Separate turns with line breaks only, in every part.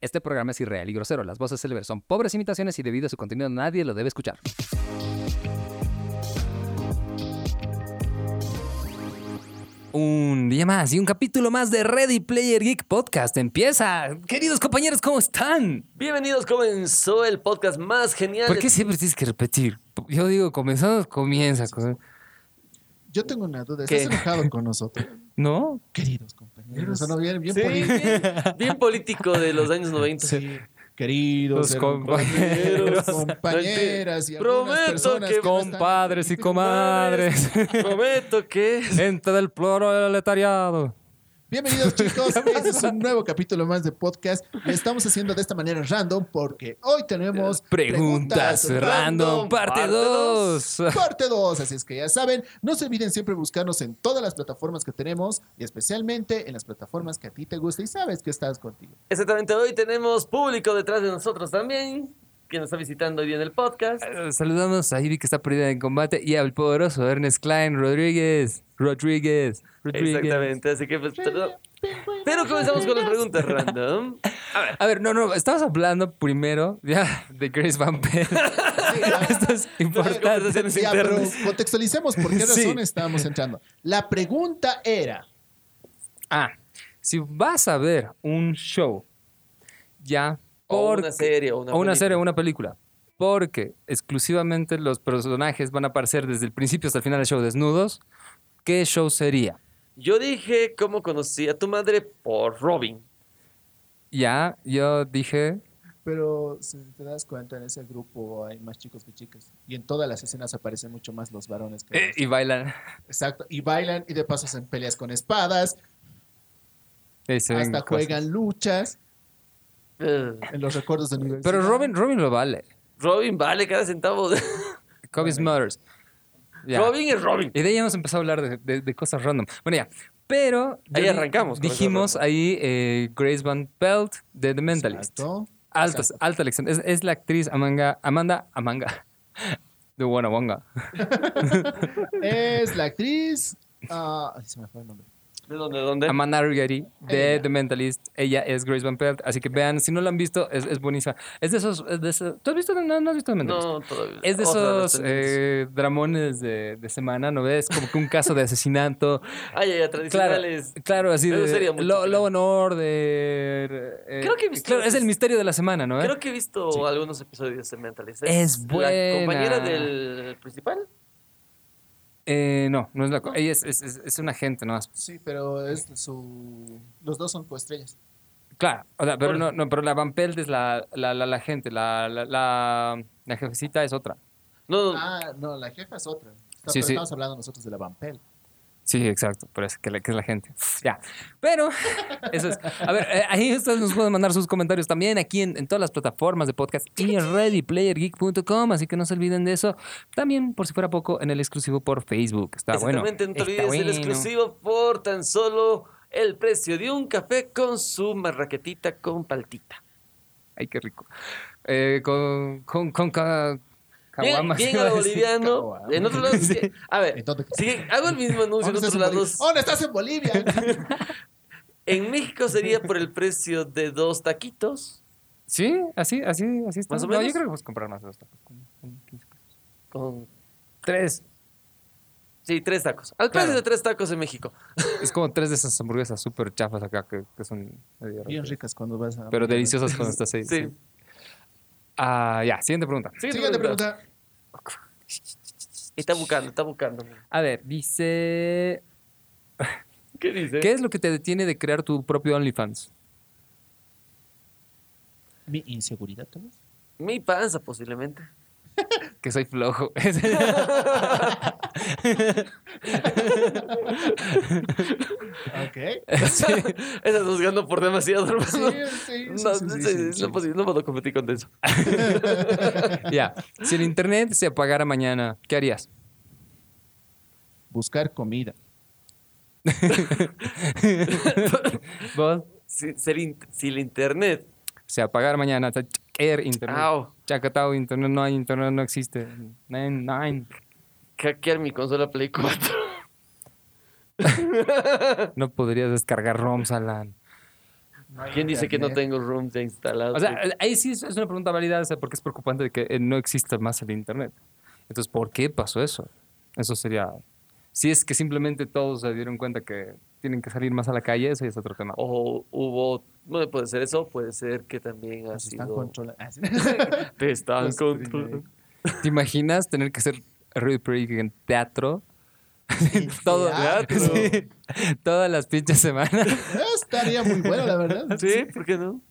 Este programa es irreal y grosero. Las voces célebres son pobres imitaciones y debido a su contenido nadie lo debe escuchar. Un día más y un capítulo más de Ready Player Geek Podcast empieza. Queridos compañeros, ¿cómo están?
Bienvenidos, comenzó el podcast más genial.
¿Por qué siempre tienes que repetir? Yo digo, comenzamos, comienza. cosa-
Yo tengo una duda.
¿Qué?
¿Estás enojado con nosotros?
¿No?
Queridos compañeros. Sonó bien, bien
Sí,
político.
bien, bien político de los años 90.
Sí. Queridos
Los
compañeros.
compañeros, compañeras y
Prometo
algunas personas
que-
que no están-
Compadres y comadres,
Prometo que
gente del ploro del proletariado.
Bienvenidos chicos, este es un nuevo capítulo más de podcast. Lo estamos haciendo de esta manera random porque hoy tenemos
Preguntas random, parte
parte
2.
Parte 2, así es que ya saben, no se olviden siempre buscarnos en todas las plataformas que tenemos y especialmente en las plataformas que a ti te gusta y sabes que estás contigo.
exactamente hoy tenemos público detrás de nosotros también, que nos está visitando hoy en el podcast.
Eh, Saludamos a Ivy que está perdida en combate y al poderoso Ernest Klein Rodríguez. Rodríguez. Rodríguez.
Exactamente, así que pues, pero- pero comenzamos con las preguntas random.
A ver, no, no, estabas hablando primero ya de Grace Van Pelt. Esto es importante.
conversaciones
Ya, pero
internas.
contextualicemos por qué
Sí.
razón estábamos entrando. La pregunta era,
Ah, si vas a ver un show ya
O
por
una serie o una,
o una serie o
película.
una película. Porque exclusivamente los personajes van a aparecer desde el principio hasta el final del show desnudos. ¿Qué show sería?
Yo dije cómo conocí a tu madre por Robin.
Ya, yo dije.
pero si te das cuenta, en ese grupo hay más chicos que chicas. Y en todas las escenas aparecen mucho más los varones que
eh,
las-
y bailan.
Exacto. Y bailan y de paso hacen peleas con espadas,
Eh, se ven
hasta
cosas.
juegan luchas
Ugh.
en los recuerdos de universidad.
Pero Robin, Robin lo vale.
Eh, Robin vale cada centavo. de-
Kobe Smulders. Ya.
Robin es Robin.
Y de ahí hemos empezado a hablar de, de- de cosas random. Bueno, ya. Pero.
Ahí
yo di-
arrancamos con
Dijimos
eso,
ahí eh, Grace Van Pelt de The Mentalist.
Exacto.
Alta, alta elección. Es, es la actriz Amanda, Amanda, Amanga. De Wonga Wonga.
Es la actriz... ah, ay, se me fue el nombre.
¿De dónde? ¿De dónde?
Amanda Rigetti de
Ella.
The Mentalist. Ella es Grace Van Pelt. Así que vean, si no la han visto, es, es buenísima. Es de esos. es de esos- ¿Tú has visto? No, no has visto The Mentalist.
No, todavía.
Es de
Otra
esos
referencia.
eh, dramones de, de semana, ¿no ves? Como que un caso de asesinato.
Ay, ay, ay,
Claro,
tradicionales.
claro, así
Eso
de
sería mucho,
lo,
creo.
Law and Order. eh,
Creo que he visto
claro, es
antes.
el misterio de la semana, ¿no? eh?
Creo que he visto algunos episodios de Mentalist.
Es buena.
¿La compañera del principal?
Eh, no, no es
Ah.
la. co- Ella es, es, es- es un agente nomás.
Sí, pero es su... Los dos son coestrellas.
Claro, o sea, pero,
Bueno.
no, no, pero la Van Pelt es la, la, la, la gente, la, la, la, la jefecita es otra.
No, no.
Ah, no, la jefa es otra. Está-
Sí,
pero
sí.
Estamos hablando nosotros de la Vampel.
Sí, exacto, pero es que, la- que es la gente. Ya. Pero, eso es. A ver, eh, ahí ustedes nos pueden mandar sus comentarios también aquí en, en todas las plataformas de podcast y en readyplayergeek.com, así que no se olviden de eso. También, por si fuera poco, en el exclusivo por Facebook. Está bueno.
exactamente, no te
Está
olvides del
bueno.
exclusivo por tan solo el precio de un café con su marraquetita con paltita.
Ay, qué rico. Eh, con, con, con ca-
Bien,
caguamas,
bien
iba
a
a
lo
decir.
boliviano.
caguamas.
En otros lados, sí. a ver,
¿En dónde?
sí, hago el mismo anuncio en
¿Dónde
otros
estás en
lados.
Bolivia? ¿Dónde estás en Bolivia?
En México sería por el precio de dos taquitos.
Sí, así, así, así está.
Más o
No, yo
menos.
creo que vamos a comprar más de dos tacos, con- con 15 pesos.
Con,
Tres.
sí, tres tacos. Al precio
Claro.
de tres tacos en México.
Es como tres de esas hamburguesas súper chafas acá que, que son medio
Bien
raras.
ricas cuando vas a...
Pero deliciosas cuando estás ahí.
Sí.
sí. Ah, ya, siguiente pregunta.
Siguiente pregunta.
Está buscando, está buscando.
A ver, dice.
¿Qué dice?
¿Qué es lo que te detiene de crear tu propio OnlyFans?
¿Mi inseguridad, tal vez?
Mi panza, posiblemente.
Que soy flojo.
Ok.
Estás buscando por demasiado, hermano.
Sí, sí,
No,
sí, sí,
no
sí,
sé,
sí, sí.
no puedo- no puedo competir con eso. Ah,
ya. Si el internet se apagara mañana, ¿qué harías?
Buscar comida.
¿Vos?
Si, ser in- si el internet.
Se apagara mañana. ta- Air internet.
Au.
Chacatao, internet no hay, internet no existe. Nine, nine.
Hackear mi consola Play 4.
No podrías descargar ROMs, Alan.
hay
¿Quién dice que no
internet.
tengo Room ya instalado?
O sea, eh, ahí sí es es una pregunta válida, o sea, porque es preocupante de que eh, no exista más el Internet. Entonces, ¿por qué pasó eso? Eso sería. Si es que simplemente todos se dieron cuenta que tienen que salir más a la calle, eso ya es otro tema.
o hubo, no puede ser eso, puede ser que también ha
Nos están
sido...
controlando. Ah, sí.
Te están
Los
controlando.
primeros.
¿Te imaginas tener que hacer Ready Player Geek en teatro? Todo,
teatro.
sí, todas las pinches semanas.
Estaría muy bueno, la verdad.
Sí, ¿por qué no?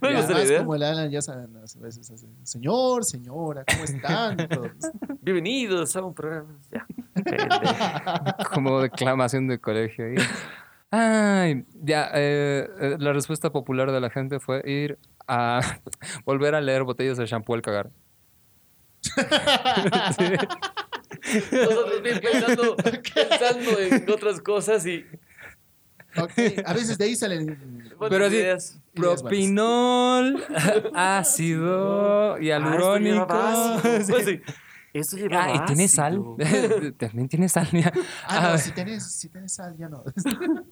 Me
Y
gusta la
además,
idea.
como el Alan ya saben, a veces hace, señor, señora, ¿cómo están? Y todos,
Bienvenidos a un programa. Ya.
como declamación de colegio ahí. Ay, ya, eh, eh, la respuesta popular de la gente fue ir a volver a leer botellas de shampoo al cagar.
Nosotros bien pensando, pensando en otras cosas y
ok, A veces de ahí salen.
buenas
Pero así-
ideas.
Ideas buenas.
Propinol, ácido y alurónico.
Ah,
Sí.
esto llevaba ácido. Pues sí, esto llevaba
Ah, y tiene sal.
ácido.
También tiene sal. ya.
Ah,
Ah,
no, si tenés, si tenés sal, ya no.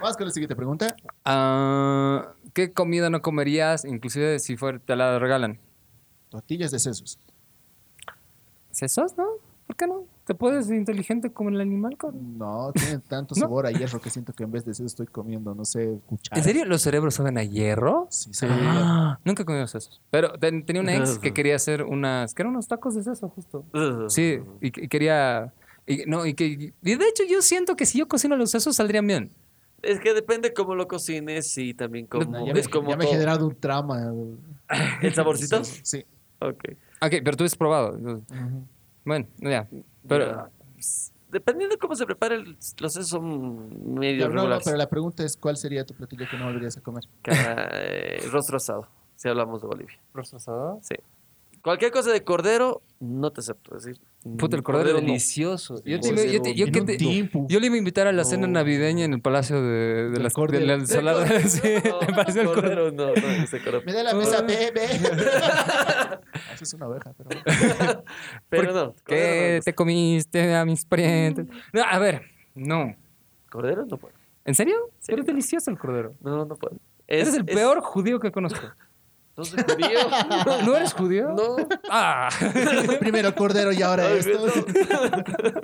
Vamos con la siguiente pregunta.
ah, ¿Qué comida no comerías, inclusive si fuera, te la regalan?
Tortillas de sesos.
¿Sesos, no? ¿Por qué no? ¿Te puedes ser inteligente como el animal, cabrón?
No, tienen tanto
No.
sabor a hierro que siento que en vez de sesos estoy comiendo, no sé, cucharas.
¿En serio los cerebros saben a hierro?
Sí, sí.
Ah, nunca he comido sesos. Pero ten- tenía una ex que
Ujú.
quería hacer unas. que eran unos tacos de seso, justo.
Ugh.
Sí, y, que- y quería. y- no, y que. y de hecho, yo siento que si yo cocino los sesos saldrían bien.
Es que depende cómo lo cocines y también
Ah,
cómo.
ya me,
es como
ya me he
todo.
generado un trama.
el saborcito.
Sí. sí.
Ok.
Ok, pero tú has probado. entonces,
Ujú.
Bueno, ya. Pero.
Dependiendo de cómo se prepara, el- los sesos son medio
Pero, no, no,
regulares.
pero la pregunta es: ¿cuál sería tu platillo que no volverías a comer?
Cara- eh, rostro asado, si hablamos de Bolivia.
¿Procesado?
Sí. Cualquier cosa de cordero, no te acepto decir.
Puta, el cordero
Cordero no.
delicioso. Yo, te,
Cordero
yo, te- yo
en
que
un
te-
tiempo.
yo le iba a invitar a la cena
No.
navideña en el palacio de, de
Del
las-
cordero.
de la
Ese
ensalada.
cordero,
Sí, el palacio del cordero.
no, no, ese cordero.
Me da la mesa,
Ah.
bebé. Esa es una oveja, pero.
Pero no, cordero no,
¿Qué
me gusta.
te comiste a mis parientes? No, a ver, no.
Cordero no puedo.
¿En serio?
Sí,
Pero es
no.
delicioso el cordero.
No, no puedo.
Eres el peor judío que conozco.
No soy judío.
¿No eres judío?
No.
Ah.
Fue primero cordero y ahora
Ay,
esto.
no.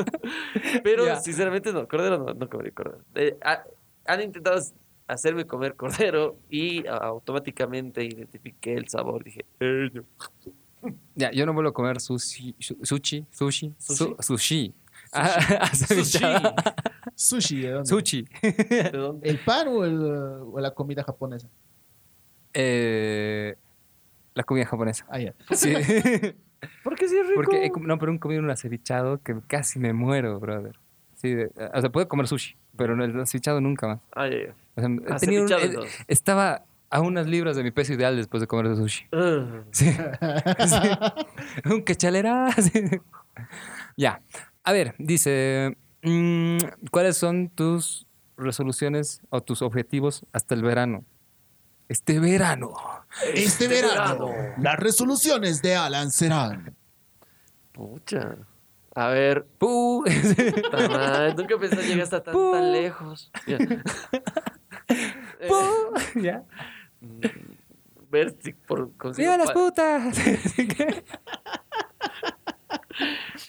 Pero
Ya.
sinceramente no, cordero no, no comería cordero. Eh, ha- han intentado s- hacerme comer cordero y a- automáticamente identifiqué el sabor. Dije, eh, no.
Ya, yo no vuelvo a comer sushi. su- Sushi. Sushi. su-
Sushi.
Sushi. Ah, acevichada.
Sushi, ¿de dónde?
Sushi.
¿De dónde?
¿El pan o, el, o la comida japonesa?
Eh, la comida japonesa.
Ah, ya.
Sí.
¿Por qué sí es rico?
Porque he com- no, pero he comido un acevichado que casi me muero, brother. Sí, de- o sea, puedo comer sushi, pero no el acevichado nunca más.
Ay, ay, ay.
O sea, he
Acevichado
tenido un-
es
eh,
dos.
estaba a unas libras de mi peso ideal después de comer ese sushi.
Ugh.
Sí. Sí. Un cachalera. sí. Ya. A ver, dice, mm, ¿cuáles son tus resoluciones o tus objetivos hasta el verano? Este verano.
Este verano, las resoluciones de Alan serán.
Pucha. A ver,
Pu-
puta madre, nunca pensé que llegué hasta tan,
Pu.
tan lejos. Ya. Eh,
Pu- ya.
mm, ver si por consigo
¡Viva las
pa-
putas!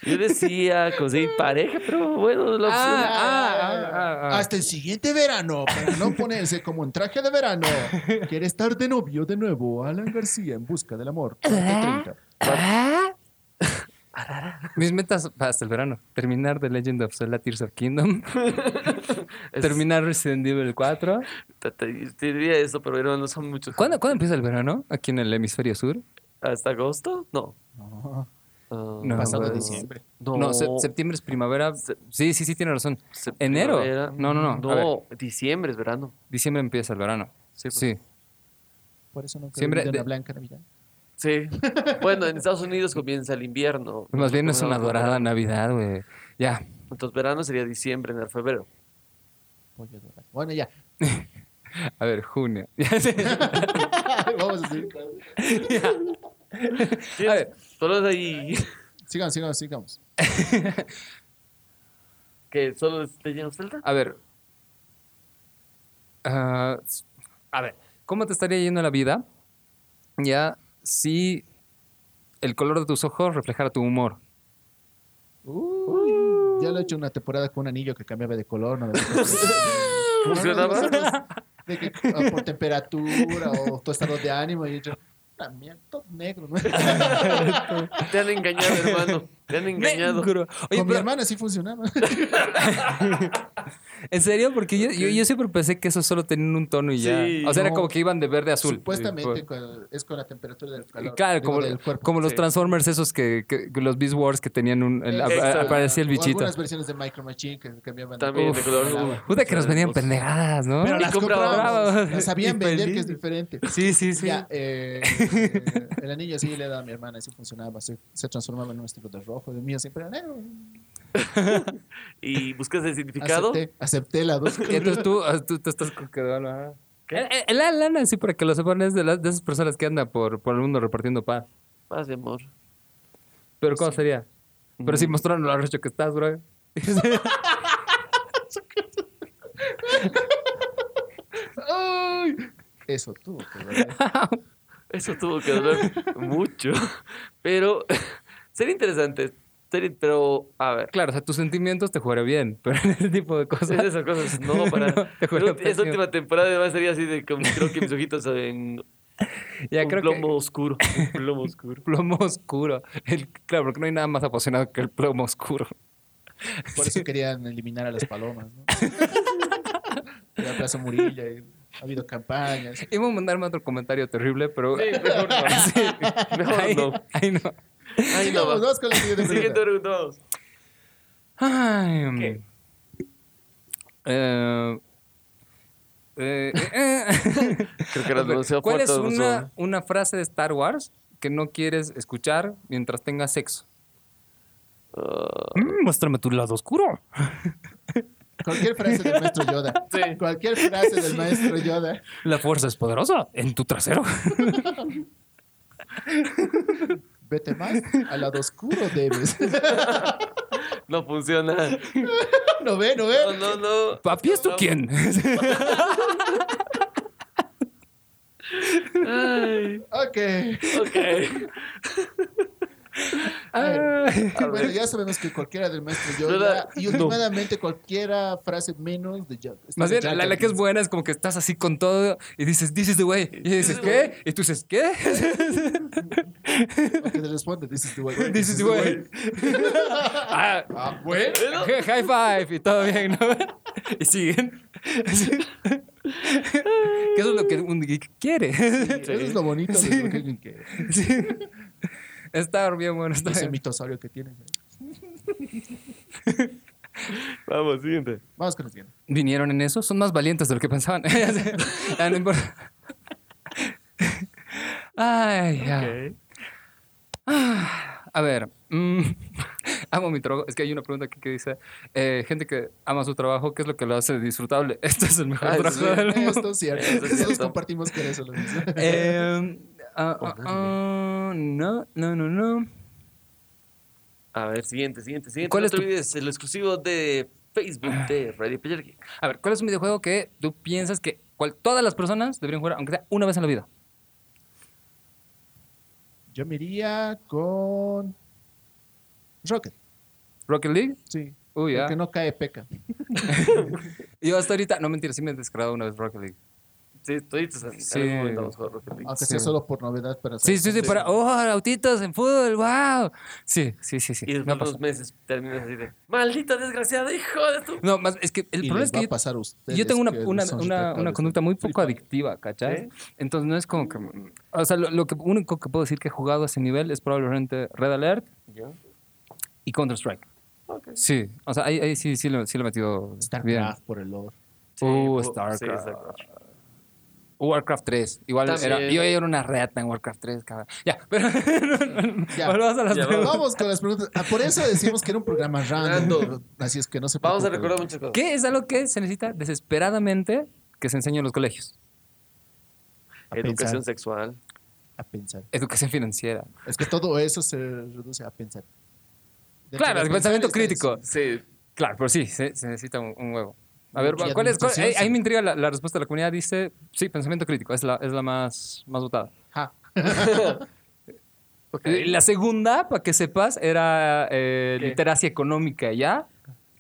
Yo decía conseguir pareja, pero bueno, la opción.
Ah, ah, ah, ah.
Hasta el siguiente verano, para no ponerse como en traje de verano. ¿Quiere estar de novio de nuevo, Alan García, en busca del amor? parte 30.
Ah. Mis metas hasta el verano. Terminar The Legend of Zelda Tears of Kingdom.
Es-
Terminar Resident Evil 4.
te- te- te diría eso, pero no, no son muchos.
¿Cuándo, ¿Cuándo empieza el verano? Aquí en el hemisferio sur.
¿Hasta agosto? No.
No,
Ah,
No.
pasado diciembre.
No,
No, se- septiembre es primavera.
Se-
Sí, sí, sí, tiene razón.
septiembre
Enero.
era-
No, no, no. A ver,
No, diciembre es verano.
diciembre empieza el verano. Sí.
Sí, pues.
Por eso nunca
Siempre
he vivido
de-
una blanca Navidad.
Sí. Bueno, en Estados Unidos comienza el invierno.
pues Más bien es una
Nosotros
dorada
verano.
Navidad, güey. Ya.
Entonces, verano sería diciembre, enero, febrero.
Pollo dorado. Bueno, ya.
A ver, junio. Ya sé.
Vamos a seguir.
A ver.
Solo es ahí
Sigamos, sigamos, sigamos.
que solo es de Jane Austen.
A ver. Ah, s- a ver, ¿Cómo te estaría yendo en la vida? Ya si el color de tus ojos reflejara tu humor.
Uy, ya lo he hecho una temporada con un anillo que cambiaba de color. No me acuerdo.
¿Funcionaba?
No, no, no, no, de que, ah, por temperatura o tu estado de ánimo. Y yo, "Ah, mierda, todo negro. ¿no?".
Te han engañado, hermano. Te han engañado.
Negro. Oye,
con mi
pero,
hermana sí funcionaba.
¿en serio? Porque yo, yo, yo siempre pensé que eso solo tenían un tono y ya.
Sí,
o sea, era
no.
como que iban de verde a azul.
Supuestamente con- es con la temperatura del
Y
calor.
Claro,
digo,
como,
del cuerpo.
como los
Sí.
Transformers esos que, que- que los Beast Wars que tenían un... el- a-
Exacto.
a- aparecía el
O
bichito.
algunas versiones de Micro Machine que cambiaban
También de
Uf.
color.
Puta que nos venían
Hermoso.
pendejadas, ¿no?
Pero
Y
las
compraba.
comprábamos. Las
Y
sabían vender, que
feliz.
es diferente.
Sí, sí, sí.
Ya, eh, eh, el anillo sí le daba a mi hermana, así funcionaba, se, se transformaba en un estilo de rojo, el mío siempre era "Eh, negro.
¿Y buscas el significado?
Acepté, acepté la dos.
Y entonces tú, ah, tú te estás con que da la- Eh, eh, La lana, sí, para que lo sepan, es de, las, de esas personas que andan por, por el mundo repartiendo paz.
Paz de amor.
Pero ¿cómo sería? Pero si mostraron lo arrecho que estás, bro.
Ay, Eso tú, ¿eh?
Eso tuvo que doler mucho. Pero sería interesante. Sería- pero, a ver.
Claro, o sea, tus sentimientos te jugaron bien, pero en ese tipo de
Es de
cosas.
esas cosas, no, para.
No, te juro,
Pero esta
pésimo.
última temporada además sería así de como creo que mis ojitos en
Ya
un
creo
plomo
que
oscuro. Un plomo oscuro.
plomo oscuro. El- claro, porque no hay nada más apasionado que el plomo oscuro.
por eso querían eliminar a las palomas. ¿no? La Plaza Murilla, y ha habido campañas.
Iba a mandarme otro comentario terrible, pero. Ah,
Sí,
Sí.
mejor no. Mejor
Ahí-
no.
ahí no.
Ahí no
Sigamos,
va.
vamos con la siguiente
Siguiente
pregunta.
pregunta, vamos.
Ay, mm.
¿Qué?
Eh, eh, eh.
Creo que eras demasiado
¿Cuál es
fuerte, Alonso.
una, una frase de Star Wars que no quieres escuchar mientras tengas sexo?
Ah,
Mm, muéstrame tu lado oscuro.
Cualquier frase del maestro Yoda.
Sí.
Cualquier frase del maestro Yoda.
La fuerza es poderosa en tu trasero.
Vete más al lado oscuro, debes.
no funciona.
No ve, no ve.
No, no, no.
Papi, ¿es tú quién?
Ay,
Ok.
ok.
Ah.
Bueno, ya sabemos que cualquiera del maestro
Yoda,
Yoda y últimamente cualquiera frase menos de Yoda.
Más bien, la, la que es
buena.
buena es como que estás así con todo y dices, this is the way. Y dices, ¿qué? Y tú dices, ¿qué?
Que te responde, this is the way.
This is the way. Ah,
Ah, bueno.
Hi- High five y todo bien, ¿no? Y siguen. Así. Que eso es lo que un geek quiere.
Sí.
Eso es lo bonito de lo que- que
Sí. Está bien bueno. Está
ese
bien.
mitosaurio que tiene.
Vamos, siguiente.
Vamos con el siguiente.
¿Vinieron en eso? Son más valientes de lo que pensaban. Ya sé. Ya, no importa. Ay, ya. Ah,
Ok.
A ver, mm, amo mi trabajo. Es que hay una pregunta aquí que dice, eh, gente que ama su trabajo, ¿qué es lo que lo hace disfrutable? Este es el mejor
Ah,
trabajo
sí.
del mundo.
Esto es cierto.
Eso es cierto.
Nosotros compartimos que era eso lo mismo.
Eh, ah, ah, ah, no, no, no, no.
A ver, siguiente, siguiente, siguiente.
¿Cuál
no
es
te
tu-
olvides el exclusivo de Facebook de Radio Player Geek.
A ver, ¿cuál es un videojuego que tú piensas que cual- todas las personas deberían jugar, aunque sea una vez en la vida?
Yo me iría con Rocket.
¿Rocket League?
Sí.
Uy, ya.
Porque no cae peca.
Yo hasta ahorita, no mentira, sí me he descargado una vez Rocket League.
Sí, toditos en
Sí.
algún momento vamos a jugar Rocket League.
Aunque
Sí.
sea solo por novedad para
Sí, sí, sí, para. ¡Oh, autitos en fútbol! ¡Wow! Sí, sí, sí, sí. me ha
Y después de
pasado.
unos meses terminas así de ¡Maldito desgraciado, hijo de tu!
No, más, es que el
Y
problema
les
es que
va a
yo,
pasar a ustedes
yo tengo una,
que
una,
son
una, una
retratables.
conducta muy poco
Flipan.
adictiva, ¿cachai?
¿Eh?
Entonces no es como que. O sea, lo, lo que único que puedo decir que he jugado a ese nivel es probablemente Red Alert
¿Ya?
y Counter-Strike.
Ok.
Sí, o sea, ahí, ahí sí, sí, lo, sí lo he metido bien.
StarCraft por el lore.
Sí,
Uh,
ju-
StarCraft.
sí, StarCraft.
Warcraft 3. Igual
También.
era, yo era una reata en Warcraft 3, cabrón. Ya, pero.
Ya.
Volvamos a las
Ya,
preguntas.
Vamos con las preguntas. Ah, por eso decimos que era un programa random.
Random.
Así es que no se
Vamos a
preocupen.
recordar muchas cosas.
¿Qué es algo que se necesita desesperadamente que se enseñe en los colegios?
A
Educación
pensar,
sexual.
a pensar.
Educación financiera.
Es que todo eso se reduce a pensar. Dentro
claro,
de
el
pensar
pensamiento
está
crítico.
Sí.
Claro, pero sí, se, se necesita un, un huevo. A ver,
Y
¿cuál es? cuál-
administración,
eh, ahí
sí.
me intriga la, la respuesta. La comunidad dice, sí, pensamiento crítico, es la, es la más, más votada.
Ja.
Ok.
Eh, La segunda, para que sepas, era eh,
¿Qué?
literacia económica, ¿ya?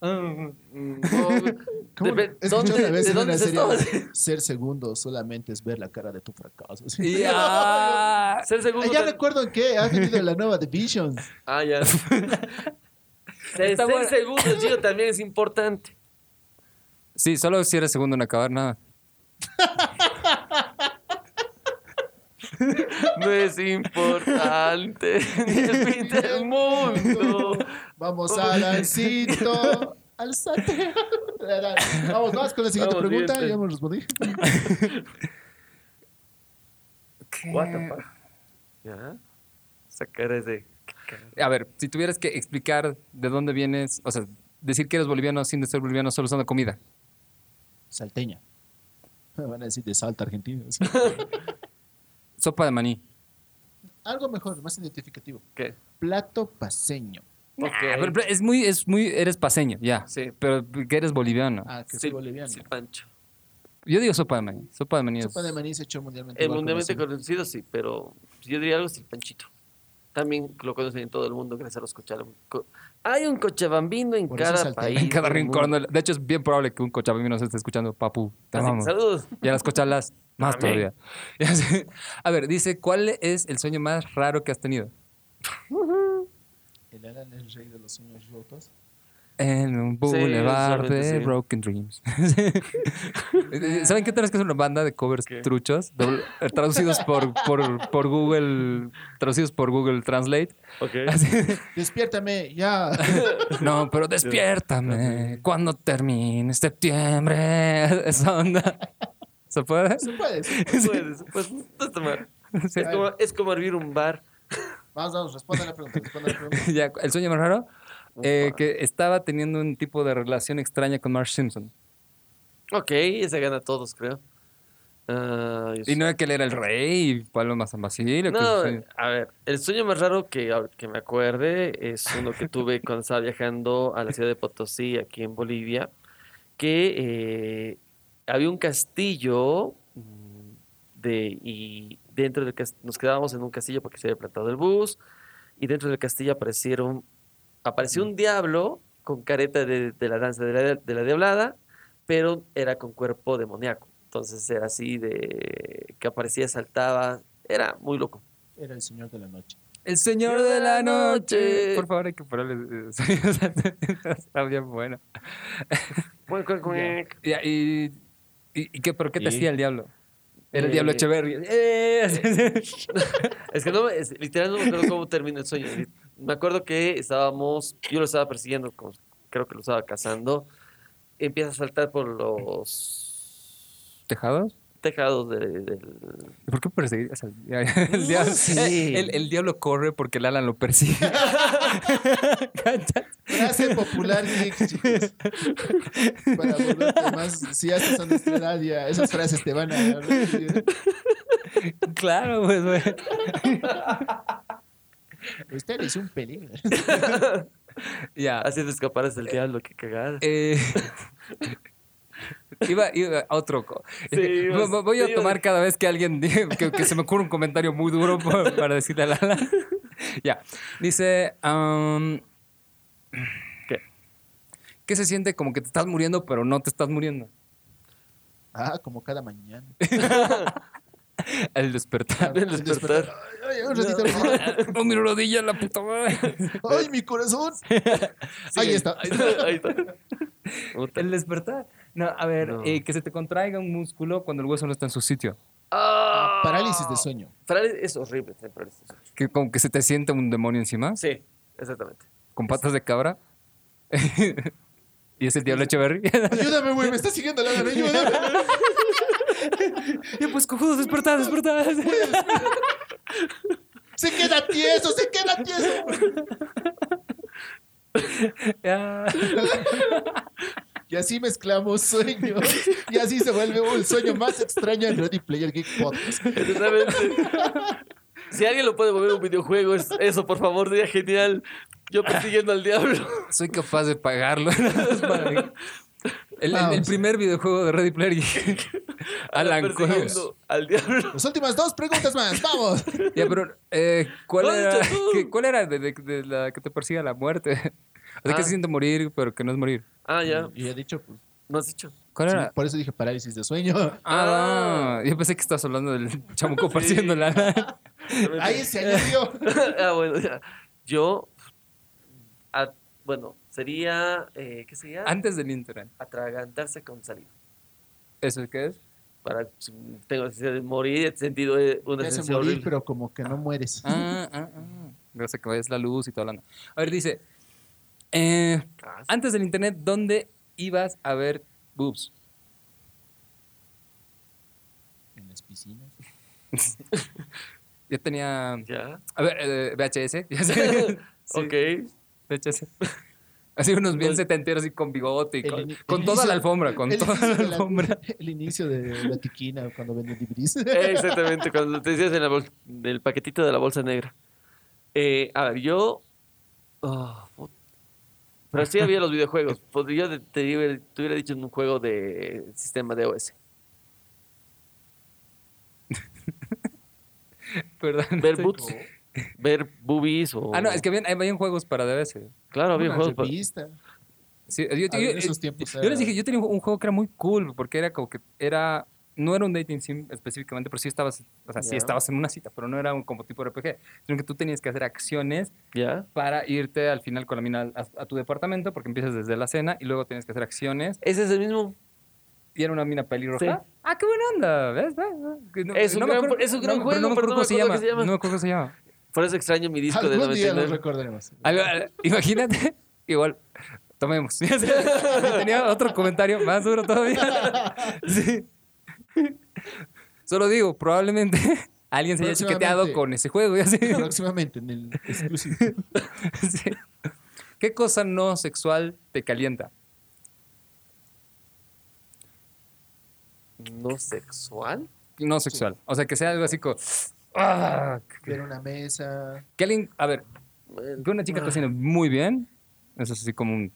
Mm, no,
¿Cómo
Depe-
no? He
¿dónde-
escuchado una vez
de
en
dónde
una
es
serie,
esto?
ser segundo solamente es ver la cara de tu fracaso. Sí.
Ya.
Ser segundo.
Ah, Ya
te-
recuerdo en qué ha venido la nueva de Visions.
Ah, ya. Ser,
Está
ser
bueno.
segundo, chico, también es importante.
Sí, solo si eres segundo en acabar, nada.
No es importante. Ni el fin del mundo.
Vamos Alancito. Alzate. Vamos, vamos con la siguiente
Vamos,
pregunta.
siguiente.
Ya me respondí.
¿Qué?
What the fuck. Ya. Sacar ese.
A ver, si tuvieras que explicar de dónde vienes, o sea, decir que eres boliviano sin ser boliviano solo usando comida.
Salteña. Me van a decir de Salta, Argentina. Sí.
Sopa de maní.
Algo mejor, más identificativo.
¿Qué?
Plato paseño.
Ok.
Ah, pero- pero es muy, es muy, eres paseño, ya.
Sí.
Pero que eres boliviano.
Ah, que
Sí,
soy boliviano.
sí, Pancho.
Yo digo sopa de maní. Sopa de maní. es-
Sopa de maní se echó mundialmente.
El
igual
mundialmente
conocido.
conocido, sí, pero yo diría algo es el panchito. También lo conocen en todo el mundo gracias a los cochabambino. Hay un cochabambino en
Por eso
cada
salté.
país.
En cada
del
rincón.
mundo.
del- De hecho, es bien probable que un cochabambino se esté escuchando, papu. Te
Así que
amamos.
saludos.
Y a las cochalas, más
Amén.
todavía. Ya sé. A ver, dice, ¿cuál es el sueño más raro que has tenido?
El Alan es el rey de los sueños rotos.
En un boulevard
usualmente
de
sí.
Broken Dreams. ¿Saben qué tenemos que hacer una banda de covers
¿Qué?
truchos? Dobl- eh, traducidos por, por, por Google. Traducidos por Google Translate. Así.
Despiértame, ya.
No, pero despiértame cuando termine septiembre. Esa onda. ¿Se puede?
Se puede.
Puedes, pues, no está mal.
Sí.
Es, como, es como hervir un bar.
Vamos, vamos, responda la pregunta. Responda la pregunta.
Ya, el sueño más raro. eh,
Ufa.
que estaba teniendo un tipo de relación extraña con Marge Simpson.
Ok, esa gana a todos, creo. Ah, yo
Y no era que él era el rey y Pablo Mazambasilio. que
No,
sí.
a ver, el sueño más raro que, a- que me acuerde es uno que tuve cuando estaba viajando a la ciudad de Potosí, aquí en Bolivia, que eh, había un castillo mm, de, y dentro del cas- nos quedábamos en un castillo porque se había plantado el bus, y dentro del castillo aparecieron, apareció un diablo con careta de, de la danza de la, de la diablada, pero era con cuerpo demoníaco. Entonces era así de que aparecía, saltaba, era muy loco.
Era el señor de la noche.
El señor de la noche. Por favor, hay que ponerle. eh, sonidos alternativos. Está bien bueno.
Cuac, cuac, cuac.
Y, ah, y, y- y qué, ¿Pero qué te
Y-
hacía el diablo? Era el
Eh,
diablo Echeverry. ¡Eh!
Es que no, es- literal no me acuerdo cómo termina el sueño. Me acuerdo que estábamos, yo lo estaba persiguiendo, como- creo que lo estaba cazando. Empieza a saltar por los
¿Tejados?
tejados de- del...
¿Y ¿Por qué perseguirías al diablo? El diablo,
sé.
eh, el, el diablo corre porque el Alan lo persigue. ¿Cachas?
Frase popular geek, chicos. Para volverte más. Si haces honestidad, ya esas frases te van a.
claro, pues, güey.
Usted es un peligro.
Ya.
Haciendo escapar hasta el diablo, qué cagada.
Ah. Eh, iba, iba a otro. co- eh,
Sí, ibas-
Vo- voy
sí,
a
ibas-
tomar cada vez que alguien diga- que, que se me ocurre un comentario muy duro por- para decirle a Lala. ya. Dice. am,
¿Qué?
¿Qué se siente como que te estás muriendo, pero no te estás muriendo?
Ah, como cada mañana.
El despertar.
Del despertar.
Ay, ay, un ratito. más.
No, mi rodilla, la puta madre.
¡Ay, mi corazón! Ahí está.
Ahí está. ahí está. Puta.
El despertar. No, a ver,
No.
eh, que se te contraiga un músculo cuando el hueso no está en su sitio.
Ah.
Parálisis de sueño.
Parálisis es horrible. tener parálisis de sueño.
Que como que se te siente un demonio encima.
Sí, exactamente.
con patas de cabra. y es el diablo Echeverry.
Ayúdame, güey, me está siguiendo la gana, ayúdame.
y pues cojudo, despertad, despertad.
Se queda tieso, se queda tieso.
Ya.
Y así mezclamos sueños. Y así se vuelve el sueño más extraño en Ready Player Geek Podcast.
Exactamente. si alguien lo puede volver un videojuego, es eso, por favor, sería genial. Yo persiguiendo al diablo.
Soy capaz de pagarlo. El, el- el
Vamos.
primer videojuego de Ready Player Geek. Alan Cuevas.
persiguiendo Al diablo.
Las últimas dos preguntas más, vamos.
Ya, pero eh, ¿cuál,
Lo has
era,
dicho tú.
qué- ¿cuál era de, de- de la que te persiga la muerte? O sea,
Ah.
que se siente morir, pero que no es morir.
Ah, ya.
Yo ya he dicho, pues,
No has dicho.
¿Cuál
sí,
era?
por eso dije parálisis de sueño.
Ah, no. yo pensé que estabas hablando del chamuco partiendo la lana.
Ahí se añadió.
ah, bueno, ya. Yo. a- bueno, sería. eh, ¿Qué sería?
Antes del Internet.
Atragantarse con saliva.
¿Eso qué es?
Para. si Tengo necesidad de morir. He sentido eh, una
Te hace
sensación
morir,
horrible.
pero como que no mueres.
Ah, ah, ah. Gracias a que vayas la luz y toda la onda. A ver, dice. eh,
Ah, sí.
antes del Internet, ¿dónde ibas a ver boobs?
En las piscinas.
Yo tenía.
Ya.
A ver, eh, VHS. ya sé. Sí,
Ok.
VHS. Así unos bien
El-
setenteros y con bigote y
El
con,
ini-
con
el
toda
inicio-
la alfombra, con
el
toda
inicio
la
de la-
alfombra.
El inicio de la tiquina cuando venden DVDs.
Exactamente, cuando te decías en, la bol- en el paquetito de la bolsa negra. Eh, a ver, yo. ah, put- pero sí había los videojuegos. Podría, de- te, hubiera- te hubiera dicho en un juego de sistema de OS.
Perdón.
Ver
estoy-
boots, ver boobies o.
Ah, no, es que habían, habían juegos para DVS.
Claro, había
Una
juegos. pa-
revista.
Sí, yo,
Ah,
yo- eh,
en esos tiempos
yo
era-
les dije, yo tenía un juego que era muy cool, porque era como que era, no era un dating sim específicamente, pero sí estabas, o sea, sí
Ya.
estabas en una cita, pero no era un como tipo RPG, sino que tú tenías que hacer acciones
¿Ya?
para irte al final con la mina a, a tu departamento, porque empiezas desde la cena y luego tienes que hacer acciones.
Ese es el mismo.
Y era una mina pelirroja.
Sí.
Ah, qué buena onda, ¿ves? ¿Ves? ¿Ves? No-
Es un
no me
gran-
acuerdo-
es un gran
no me- pero
juego,
no me
pero
acuerdo
no
cómo
me
se
acuerdo
llama.
qué se llama.
No me acuerdo cómo se llama.
Por eso extraño mi disco de
Algún día lo
99.
recordaremos.
Algo- imagínate, igual, tomemos. Tenía otro comentario más duro todavía. Sí. Solo digo, probablemente alguien se haya chiqueteado
Próximamente.
con ese juego. ya sé.
Próximamente en el exclusivo.
Sí. ¿Qué cosa no sexual te calienta?
¿No sexual?
No sexual. O sea, que sea algo así como... "Ah",
Ver una mesa.
que alguien... A ver,
Eh,
que una chica cocine muy bien. Eso es así como un...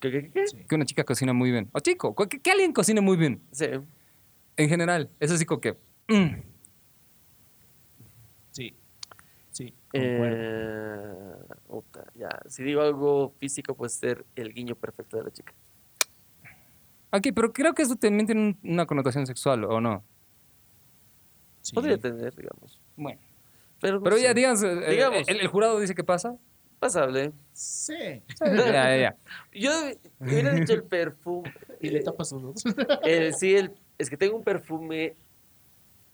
¿Qué, qué, qué?
Sí.
Que una chica cocina muy bien. O chico, que, que alguien cocine muy bien.
Sí.
En general, eso sí como que... "Mm".
Sí. Sí. concuerdo.
Eh, puta, ya. Si digo algo físico, puede ser el guiño perfecto de la chica.
Ok, pero creo que eso también tiene un- una connotación sexual, ¿o no?
Sí.
Podría tener, digamos.
Bueno.
Pero, no
Pero ya,
sé.
digamos, eh,
Digamos.
El, el jurado dice que pasa.
Pasable.
Sí.
ya, ya, ya.
Yo hubiera dicho el perfume.
Y le tapas los ojos.
El- sí, el- es que tengo un perfume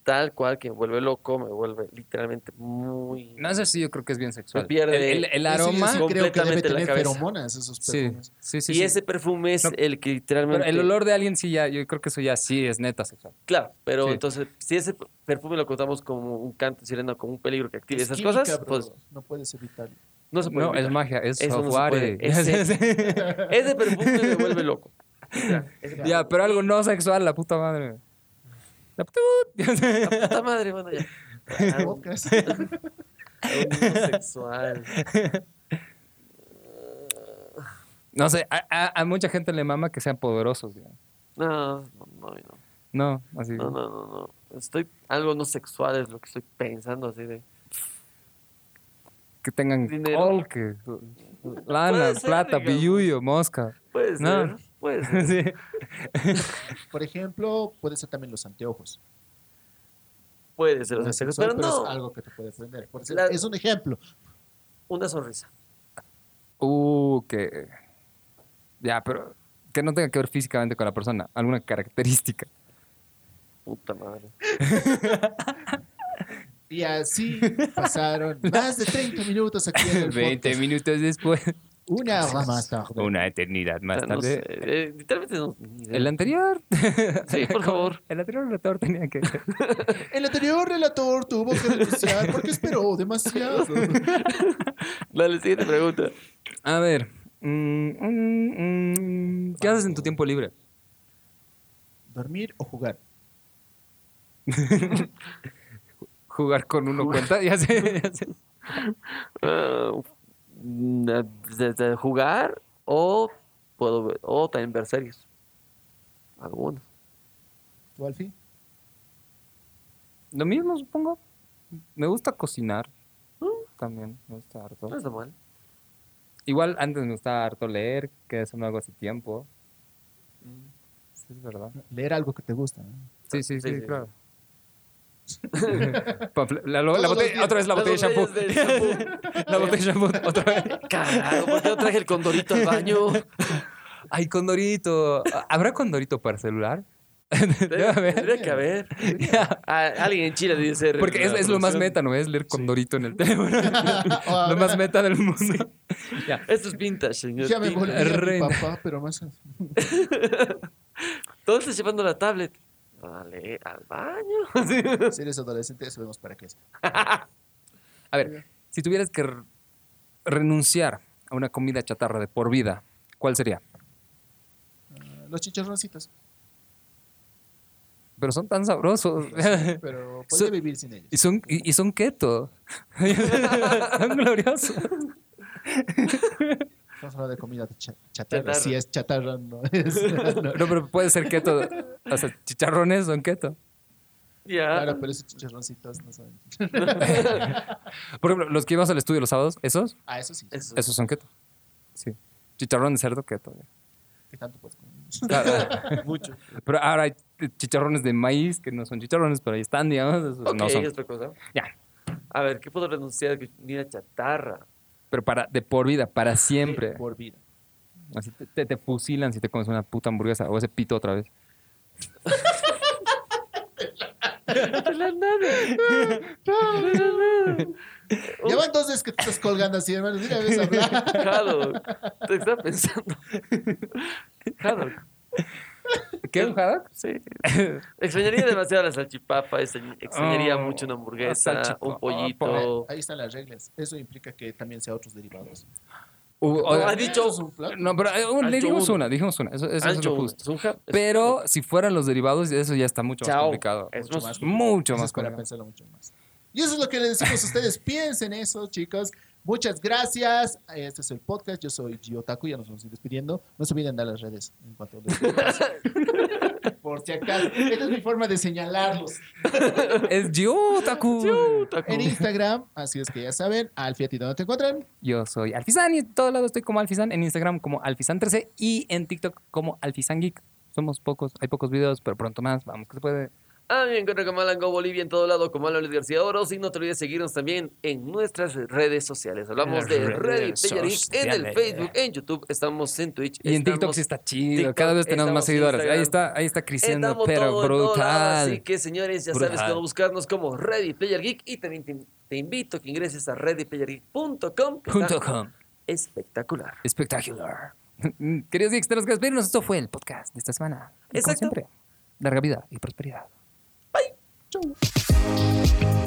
tal cual que me vuelve loco, me vuelve literalmente muy.
No, eso sí yo creo que es bien sexual.
Me pierde.
El, el- el
Ese yo
aroma...
sí creo que debe
completamente la
tener
cabeza.
feromonas esos
Sí,
perfumes.
sí, sí.
y
sí.
ese perfume es
No.
el que
Pero
literalmente.
el olor de alguien sí ya, yo creo que eso ya sí es neta sexual.
Claro, pero
Sí.
entonces, si ese perfume lo contamos como un canto sirena, como un peligro que active esas
química,
cosas,
bro,
pues
no puedes evitarlo.
no se puede.
No, es
evitar.
magia, es
Eso no se
software.
puede. Ese- Ese perfume me vuelve loco.
ya, pero algo no sexual, la puta madre. La puta...
La puta madre, bueno, ya. Ah, un-
Podcast.
un sexual.
No sé, a, a- a mucha gente le mama que sean poderosos. ya.
No, no, no, no.
No, así.
No, no, no, no. Estoy algo no sexual es lo que estoy pensando así de.
Que tengan
Dinero.
col, que... Lana,
Puede ser,
plata,
digamos.
billuyo, mosca.
Puede ser,
No.
puede ser.
Sí.
Por ejemplo, puede ser también los anteojos.
Puede ser los
No es
anteojos,
sexual,
pero no.
es algo que te puede prender. Por ser-
La-
Es un ejemplo.
Una sonrisa.
Uh, que. Ya, pero. Que no tenga que ver físicamente con la persona. Alguna característica.
Puta madre.
Y así pasaron más de 30 minutos aquí en el
20
podcast.
minutos después.
Una hora más tarde.
Una eternidad más
No sé,
tarde.
eh, literalmente no. ni idea.
El anterior.
Sí, por favor.
El anterior relator tenía que.
El anterior relator tuvo que renunciar porque esperó demasiado.
Dale, siguiente pregunta.
A ver. mm, mm, mm, ¿Qué haces en tu tiempo libre?
¿Dormir o jugar?
Jugar con uno cuenta. Ya sé, ya sé.
Ah, mm, de- de- de jugar o puedo ver- o también ver series. algunos.
¿Tú, Alfie?
Lo mismo, supongo. Me gusta cocinar.
¿Mm?
También me gusta harto.
No está mal.
Igual antes me gustaba harto leer, que eso no hago hace tiempo. Sí, es verdad.
Leer algo que te gusta. ¿no?
Sí, sí, sí,
sí.
claro. Pample- la, la- la botella-
Todos los días.
otra vez la
Las
botella de shampoo.
botellas del shampoo.
La botella de shampoo, otra vez.
Carajo, ¿por qué no traje el condorito al baño?
Ay, Condorito. ¿Habrá Condorito para celular? Debe haber.
Tendría que haber. Ah, alguien en Chile dice.
Porque es, es lo más meta, ¿no? Es leer Condorito en el teléfono. lo más meta del mundo. Ya.
Esto es vintage, señor.
Ya me
vintage.
volví a mi
Reina.
papá, pero más.
¿Dónde estás llevando la tablet? Vale, al baño. Sí.
Si eres adolescente, sabemos para qué es.
A ver, si tuvieras que r- renunciar a una comida chatarra de por vida, ¿cuál sería?
Ah, Los chicharroncitos.
Pero son tan sabrosos.
Pero
So-
podría vivir sin ellos.
y, son, y, y son keto. son gloriosos.
Estamos hablando de comida cha- chatarra.
Chatarra.
Si es chatarra, no es. no.
No, pero puede ser keto. O sea, chicharrones son keto.
Ya.
Claro, pero esos chicharroncitos no saben.
Por ejemplo, los que íbamos al estudio los sábados, esos,
Ah, eso sí.
Eso.
esos son keto. Sí. Chicharrón de cerdo keto.
¿Qué tanto puedes comer?
Mucho.
Pero ahora hay chicharrones de maíz que no son chicharrones, pero ahí están, digamos. esos
Ok,
no son.
es otra cosa.
Ya.
A ver, ¿qué puedo renunciar de comida chatarra?
Pero para, de por vida, para siempre.
Por vida.
Así te, te- te fusilan si te comes una puta hamburguesa o ese pito otra vez.
De la nada. De la nada.
Ya van dos veces que te estás colgando así, hermano. Mira, ves hablar.
Haddock. Te estaba pensando. Haddock.
¿Qué, Haddock?
Sí. Extrañaría demasiado la salchipapa, extrañ- extrañaría mucho una hamburguesa,
Oh, salchipapa.
un
Oh.
pollito.
Ahí están las reglas. Eso implica que también sea otros derivados.
ha dicho
Es un plan.
no, pero eh, un- le
Ancho
dijimos
uno.
una, dijimos una. Eso, eso es
Ancho,
lo justo.
es un ja- es-
Pero si fueran los derivados, eso ya está mucho más
Chao.
complicado.
Es
Mucho
más-
más.
Mucho
Eso
más
es para
complicado.
pensarlo mucho más. Y eso es lo que les decimos a ustedes. Piensen eso, chicos. Muchas gracias. Este es el podcast. Yo soy Giotaku. Ya nos vamos a ir despidiendo. No se olviden dar las redes en cuanto les Por si acaso. Esta es mi forma de señalarlos.
Es Giotaku.
Taco.
En Instagram, así es que ya saben, Alfiati, ¿dónde te encuentran?
Yo soy Alfizan y en todos lados estoy como Alfizan. En Instagram como Alfizan13 y en TikTok como Alfizan Geek. Somos pocos, hay pocos videos, pero pronto más. Vamos, que se puede.
A mí Ah, me encuentro con Malango Bolivia en todo lado, como Alan Luis García Oros. Y no te olvides seguirnos también en nuestras redes sociales. Hablamos
Las
de
redes
Ready Player Geek en el
sociales.
Facebook, en YouTube, estamos en Twitch.
Y en TikTok
estamos-
sí está chido.
TikTok,
Cada vez tenemos
estamos
más seguidores.
Instagram.
Ahí está, ahí está creciendo,
Estamos
pero
todo en todo lado,
brutal.
así que, señores, ya sabes
Brutal.
cómo buscarnos como Ready Player Geek. Y también te, te invito a que ingreses a readyplayergeek.com. que
Punto
está
com.
Espectacular.
Espectacular. Queridos geeks, tenemos que despedirnos. Esto fue el podcast de esta semana. Y como
Exacto.
siempre, larga vida y prosperidad.
Chau.